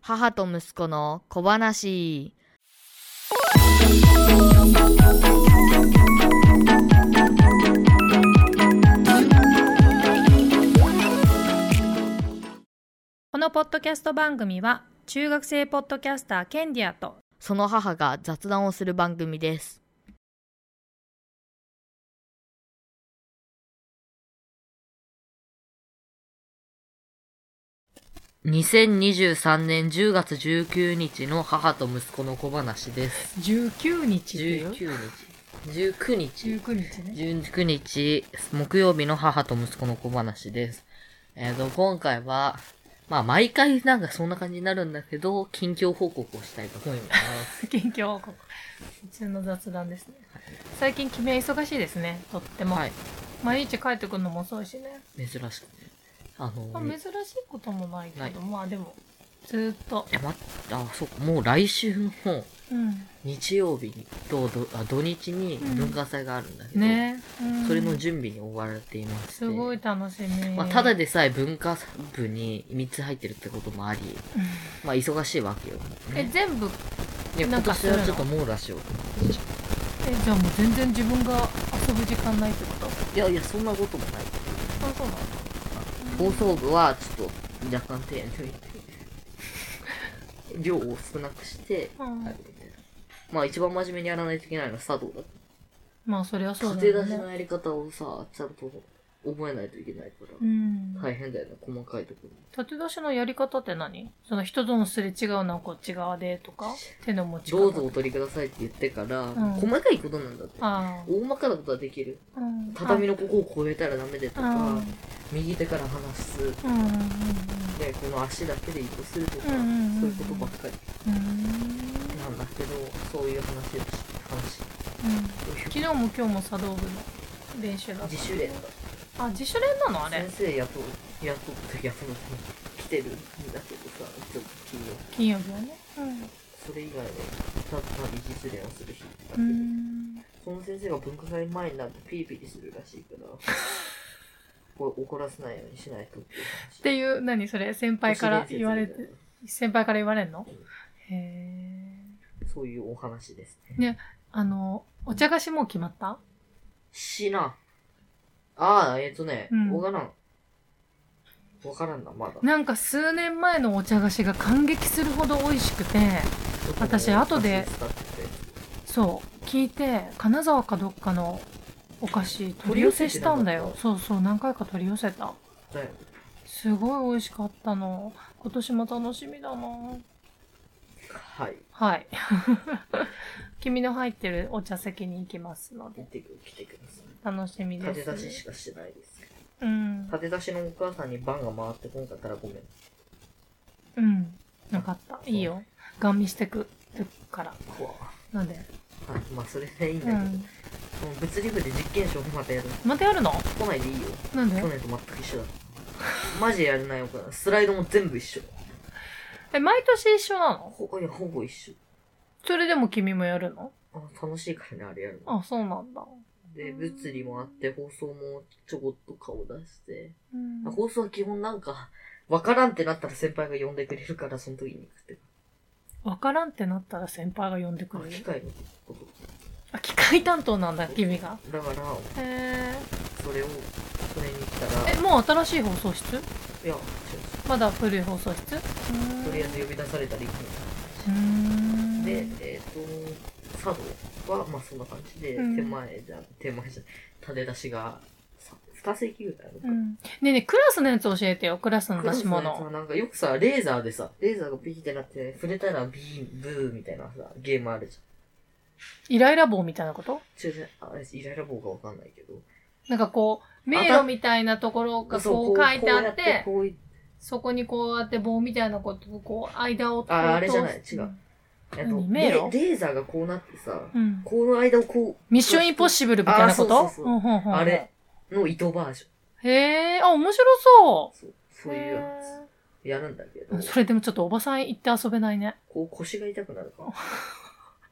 母と息子の小話。このポッドキャスト番組は中学生ポッドキャスターケンディアとその母が雑談をする番組です。2023年10月19日の母と息子の小話です。 19日っていう19日。19日。 19日ね19日、木曜日の母と息子の小話です。えっ、と、今回は、まあ、毎回なんかそんな感じになるんだけど、近況報告をしたいと思います。近況報告普通の雑談ですね最近君は忙しいですねとっても、はい。毎日帰ってくるのも遅いしね、珍しくね。あの、まあ、珍しいこともないけどまあでもずっとえ、待って、あ、そうか、もう来週のうん日曜日とどあ土日にうん文化祭があるんだけど、ねうんそれの準備に追われていまして、すごい楽しみ、まあ、ただでさえ文化部に3つ入ってるってこともあり、うんまあ、忙しいわけよ。え全部いや今なんか年はちょっと網羅しようと思ってえじゃあもう全然自分が遊ぶ時間ないってこといやいやそんなこともないあそうなの放送部はちょっと若干手抜いて量を少なくして、うんやるみたいなまあ一番真面目にやらないといけないのは茶道だまあそれはそうだ家庭よ出しねのやり方をさちゃんと覚えないといけないかうらん、大変だよね細かいところ立て出しのやり方って何その人とのすれ違うのはこっち側でとか手の持ち方どうぞお取りくださいって言ってから、ん細かいことなんだってあ大まかなことはできるあ、うん、畳のここを越えたらダメでとああか右手から離すうんうんうんうんでこの足だけで移動するとか、うんうんうんそういうことばっかりうんなんだけどそういう話をし話昨日も今日も茶道部の練習だった自主練だあ自主練なのあれ先生雇う雇って雇う来てるんだけどさちょっと金曜金曜日はねうんそれ以外でただ単に実練をする日だけうど、んその先生が文化祭前になるとピリピリするらしい からこれ怒らせないようにしないとっていう話っていう何それ先輩から言われて先輩から言われんのへえそういうお話ですねあのお茶菓子もう決まったしなああえっ、とねうんわからんわからんなまだなんか数年前のお茶菓子が感激するほど美味しくて私後でそう聞いて金沢かどっかのお菓子取り寄せしたんだよそうそう何回か取り寄せただよすごい美味しかったの今年も楽しみだなはいはい 君の入ってるお茶席に行きますの行っでてくる来てください楽しみです立て出ししかしてないですうん立て出しのお母さんに番が回ってこんかったらごめんうんなかったいいよガン見してくるから怖はなんでいまあそれでいいんだうけど、んその物理部で実験賞またやるまたやるの来ないでいいよなんで去年と全く一緒だマジでやれないよからスライドも全部一緒え毎年一緒なのほいやほぼ一緒それでも君もやるのあ楽しいからねあれやるのあそうなんだ、で物理もあって放送もちょこっと顔出して、うんあ放送は基本なんかわからんってなったら先輩が呼んでくれるからその時に行くってわからんってなったら先輩が呼んでくある機械のこあ機械担当なんだ君がとだからへえそれをそれに来たらえもう新しい放送室いや違まだ古い放送室ううーんとりあえず呼び出されたら行くのうーんで、えっ、と、茶道は、まあそんな感じで、うん手前じゃ、手前じゃ、立て出しが、さ二席ぐらいあるうのか。ん、ねえねえクラスのやつ教えてよクラスのクラ出スしのやつ物はなんかよくさ、レーザーでさ、レーザーがビーってなって、触れたらビー、ブーみたいなさ、ゲームあるじイライラ棒みたいなことゃん。違う違う、あれ、イライラ棒がわかんないけど。なんかこう迷路みたいなところがこう書いてあってこうやこういそこにこうやって棒みたいなことをこう間をこうああれじゃない通す違うえっ何と、迷レ路レーザーがこうなってさ、うん、この間をこミッションインポッシブルみたいなことあそうそうそうんんんう、あれの糸バージョン。へえあ面白そそううそういうやへえつ、やるんだけどうん、それでもちょっとおばさん行って遊べないね。こう腰が痛くなるから。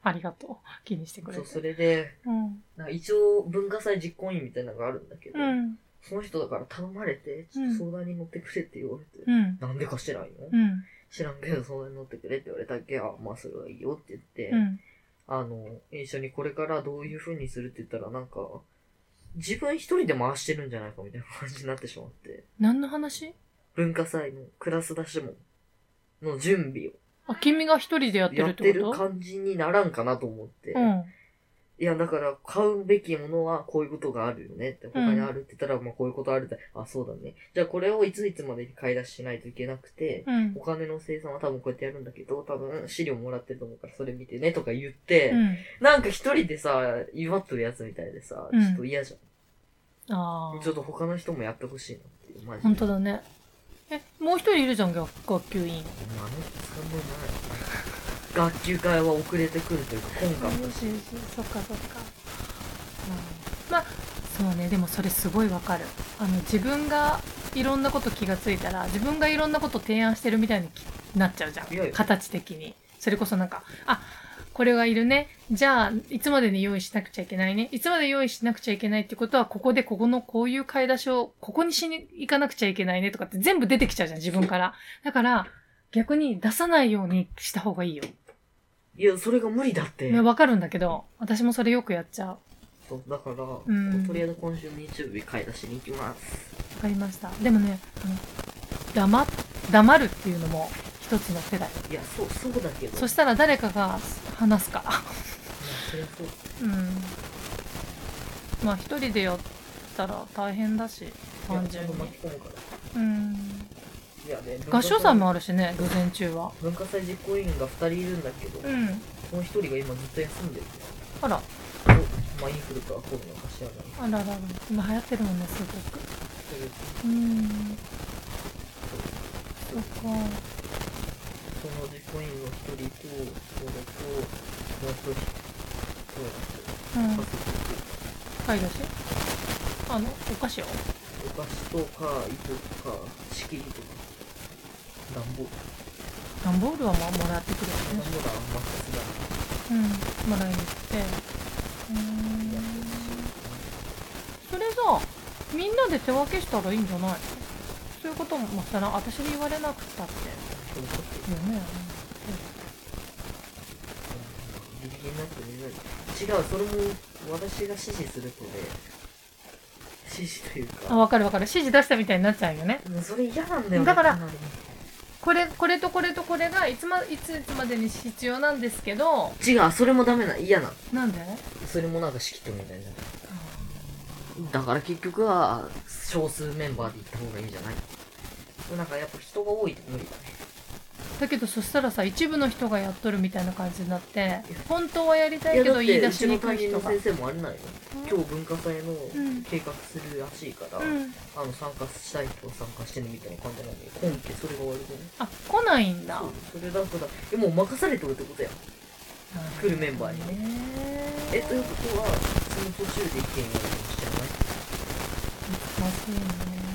ありがとう。気にしてくれそう、て。それで、うん。なんか一応文化祭実行委員みたいなのがあるんだけど、うん。その人だから頼まれて、ちょっと相談に乗ってくれって言われて、うん。なんでかしてないの、うん。知らんけど、そんなに乗ってくれって言われたっけ、あ、まあそれはいいよって言って、うん。あの、一緒にこれからどういう風にするって言ったら、なんか、自分一人で回してるんじゃないかみたいな感じになってしまって、何の話文化祭のクラス出しも、の準備をあ、君が一人でやってやるっっててること感じにならんかなと思って、うん。いや、だから、買うべきものはこういうことがあるよねって、他にあるって言ったら、まあこういうことあるって、あ、そうだね。じゃあこれをいついつまでに買い出ししないといけなくて、うんお。金の生産は多分こうやってやるんだけど、多分資料もらってると思うからそれ見てねとか言って、うん。なんか一人でさ、祝ってるやつみたいでさ、うんちょっと嫌じゃあん。あちょ。っと他の人もやってほしいなっていう、マジで。本当だね。え、もう一人いるじゃん、学学級委員。まああのさんもない。学級会は遅れてくるというか、今回も。そっかそっか。うん、まあ、そうね、でもそれすごいわかる。あの、自分がいろんなこと気がついたら、自分がいろんなこと提案してるみたいになっちゃうじゃいやいん。や形的に。それこそなんか、あ、これがいるね。じゃあ、いつまでに用意しなくちゃいけないね。いつまで用意しなくちゃいけないってことは、ここでここのこういう買い出しを、ここにしに行かなくちゃいけないねとかって全部出てきちゃうじゃん、自分から。だから、逆に出さないようにした方がいいよ。いや、それが無理だって。ね、わかるんだけど、私もそれよくやっちゃう。わそうだから、んとりあえず今週日曜日買い出しに行きます。かりました。でもね、あの、黙、黙るっていうのも一つの手だよ。いや、そう、そうだけど。そしたら誰かが話すから。まあそりゃそううん。まあ一人でやったら大変だし、単純にいやちゃんと。巻き込むから。うん。いやね、文化合祭唱祭もあるしね、午前中は。文化祭実行委員が2人いるんだけど、うこん。の1人が今ずっと休んでる。あら、おまあ、インフルかコロナか知らないあららら。今流行ってるもんね、すごく。けどうん。そっか。その実行委員の1人と、それと、もう1人、そううんなんですよ。家。族買い出しあの、お菓子をと、お菓子とか、糸とか、仕切りとか、段ボール。段ボールはまあもらってくるよ段ね。ボールはあんまさすがにうん、もらいに行って。うーやんってほしいな。それさ、みんなで手分けしたらいいんじゃないのそういうことも、まあ、それは私に言われなくったって。でもちょっとよね。ギリギリになって見れない違うそれも私が指示するとね指示というあ、かわかるわかる。指示出したみたいになっちゃうよね。うんそれ嫌なんだよねだからかなりこれ、これとこれとこれがいつま、いついつまでに必要なんですけど、違うそれもダメな嫌ななんでそれもなんか仕切ってるみたいなだから結局は少数メンバーで行った方がいいんじゃないなんかやっぱ人が多いと無理だねだけどそしたらさ、一部の人がやっとるみたいな感じになって、本当はやりたいけどだっ言いて出うしちにのくい担任人のが。先生もあれないの今日文化祭のん計画するらしいから、うん。あの参加したい人は参加してねみたいな感じなんで今期それが終わるとねあ、来ないんだそ。うそれだからえもう任されてるってことやん来るメンバーにねえということはその途中で意見がしちゃ難しいね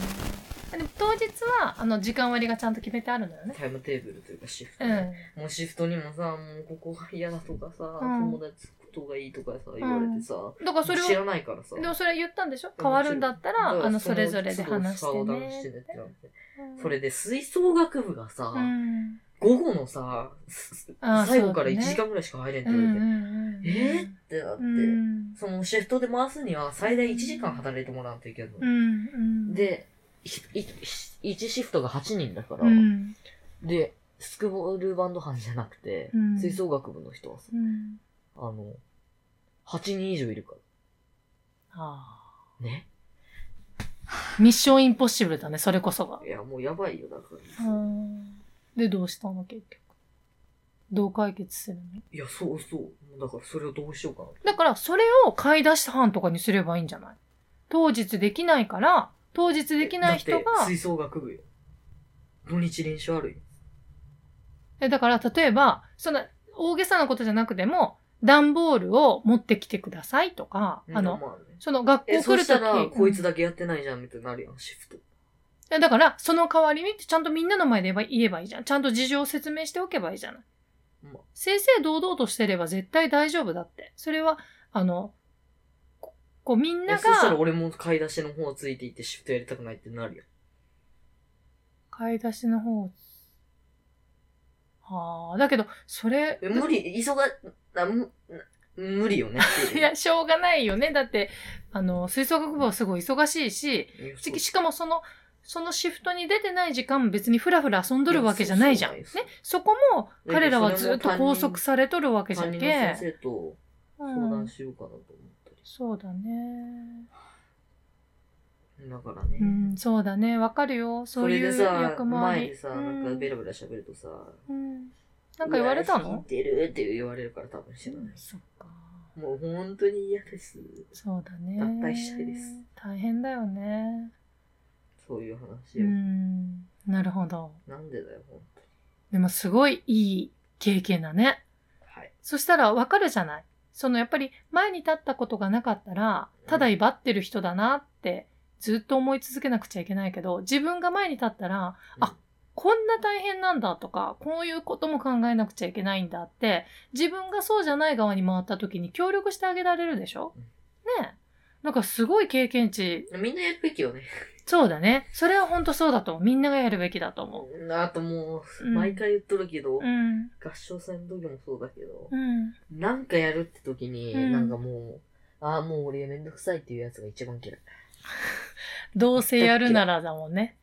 あでも当日はあの時間割がちゃんと決めてあるのよないねタイムテーブルというかシフトうね、んもうシフトにもさもうここが嫌だとかさ、うん友達ことがいいとかさ言われてさ、だからそれ知をらないからさでもそれ言ったんでしょ変わるんだったら、だからあのそれぞれで話しそての都度相談ねしてねってなってうんそれで吹奏楽部がさ、うん午後のさすあー最後からそうだ1ね時間ぐらいしか入れんっうてん言うわれて、えー、んうんってなって、うんそのシフトで回すには最大1時間働いてもらわんといけないの、うんうんで、1シフトが8人だから、うんで、スクボールバンド班じゃなくて、うん吹奏楽部の人はさ、うんあの、8人以上いるかあら。ね。ーミッションインポッシブルだねそれこそがいや、もうやばいよ、だから。うんでどうしたの結局どう解決するのいや、そうそう。だから、それをどうしようかなって。だから、それを買い出し班とかにすればいいんじゃない当日できないから、当日できない人がだって、吹奏楽部よ。土日練習あるよ。えだから、例えば、そんな、大げさなことじゃなくても、段ボールを持ってきてくださいとか、あの、まあね、その学え、校来そるしたとら、き、こいつだけやってないじゃん、みたいになるやん、シフト。うんだから、その代わりにってちゃんとみんなの前で言えば言えばいいじゃん。ちゃんと事情を説明しておけばいいじゃない。まあ、正々堂々としてれば絶対大丈夫だって。それは、あの、ここうみんえなそしたら、が、俺も買い出しの方ついていって、シフトやりたくないってなるやん。買い出しの方をああ、だけど、それ、え無理、急が、あむ無理よ ねっていや、しょうがないよね。だって、あの、吹奏楽部はすごい忙しいし、いう。ししかもその、そのシフトに出てない時間も別にふらふら遊んどるわけじゃないじゃん。いやねそうそうなんで、そこも彼らはずっとだけどそれも担拘任束されとるわけじゃ担ん任の先け。生と相う談ん、しようかなと思ったりしそうだね。てだからね。うん、そうだね。わかるよ。そそうれいでうさ、役回前り。でさ、なんかベラベラ喋るとさ、うんうんなんか言われたうわ弾いのてるって言われるから多分知らない。そっか。もう本当に嫌です。そうだね。脱退したいです大変だよね。そういう話うを。ん、なるほど。なんでだよ、本当に。でもすごいいい経験だね。はい。そしたらわかるじゃない。そのやっぱり前に立ったことがなかったら、ただ威張ってる人だなってずっと思い続けなくちゃいけないけど、自分が前に立ったら、あこんな大変なんだとか、こういうことも考えなくちゃいけないんだって、自分がそうじゃない側に回った時に協力してあげられるでしょうんねえ。なんかすごい経験値。うんみんなやるべきよね。そうだね。それは本当そうだと思う。みんながやるべきだと思あともう、うん毎回言っとるけど、う。うん。合唱祭の時もそうだけど、うん。なんかやるって時に、うんなんかもう、ああ、もう俺めんどくさいっていうやつが一番嫌い。どうせやるならだもんね。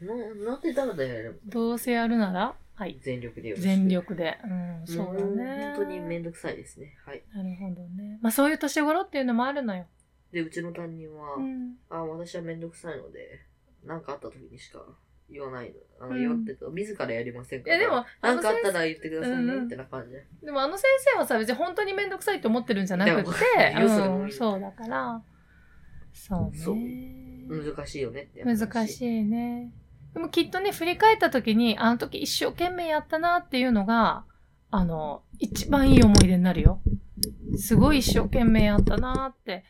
ななんでダメだよ、やればどうせやるなら、はい。全力でよろしく全。力で。うん、そうだもね。本当にめんどくさいですね。はい。なるほどね。まあそういう年頃っていうのもあるのよ。で、うちの担任は、うん。あ私はめんどくさいので、なんかあった時にしか言わないの。あの、うん言わってか、自らやりませんから。いやでもなんかあったら言ってくださいうんねうんってな感じ。でもあの先生はさ、別に本当にめんどくさいと思ってるんじゃなくて、でもいいよそれもういん、いそうだから。そうそうね。難しいよねって。難し。いね。でもきっとね、振り返った時に、あの時一生懸命やったなっていうのが、あの、一番いい思い出になるよ。すごい一生懸命やったなって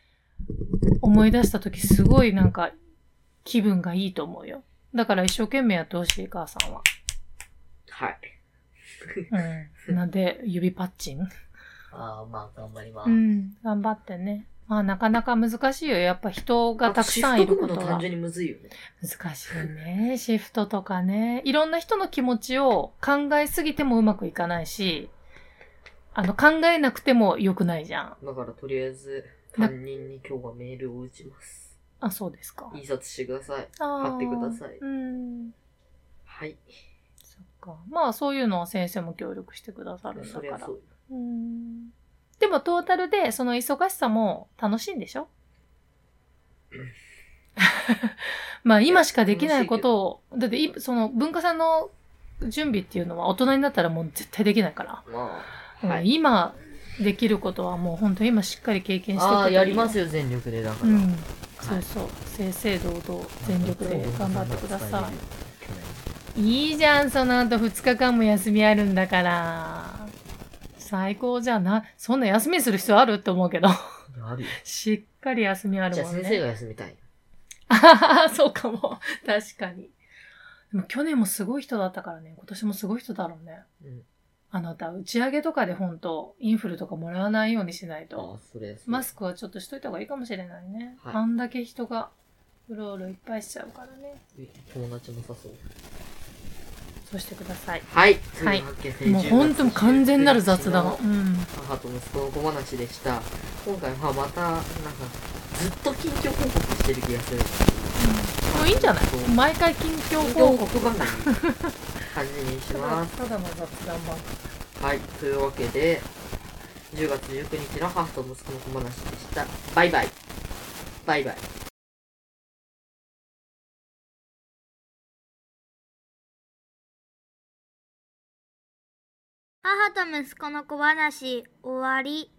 思い出した時、すごいなんか気分がいいと思うよ。だから一生懸命やってほしい、母さんは。はい。 うん。なんで、指パッチンああ、まあ、頑張ります。うん。頑張ってね。まあ、なかなか難しいよ。やっぱ人がたくさんいるこシフト組むとの単が。純にむずいよね。難しいね。シフトとかね。いろんな人の気持ちを考えすぎてもうまくいかないし、あの、考えなくても良くないじゃん。だからとりあえず担任に今日はメールを打ちます。あ、そうですか。印刷してください。あー貼ってくださいうん。はい。そっか。まあ、そういうのは先生も協力してくださるんだそかりゃらそ。うよ。うん。でも、トータルで、その忙しさも楽しいんでしょ まあ、今しかできないことを、だってい、その、文化さんの準備っていうのは大人になったらもう絶対できないから。まあ、うんはい。今できることはもう本当に今しっかり経験して。ああ、やりますすよ、全力で。だかうら。ん。そうそう。正々堂々、全力で頑張ってください。いいじゃん、その後2日間も休みあるんだから。最高じゃな、そんな休みする必要あるって思うけど。 い。あるよ。しっかり休みあるじゃあもん先生ね。が休みたい。ああ、 そうかも。確かに。でも去年もすごい人だったからね、今年もすごい人だろうね。うん。あなた、打ち上げとかで本当インフルとかもらわないようにしないあと。あ、それ。それマスクはちょっとしといた方がいいかもしれないね。はいあんだけ人がうろうろいっぱいしちゃうからね。友達も誘う。そうしてください。はい。は次いの発見もう本当完全なる雑。 10談。月うのん。母と息子の小話でした。今回はまた、なんか、ずっと緊急報告してる気がする。もういいんじゃないそう毎回近況緊急報報告。告番組感じにしただ まただの雑談番す。はい。というわけで、10月19日の母と息子の小話でした。バイバイ。バイバイ。母と息子の小話終わり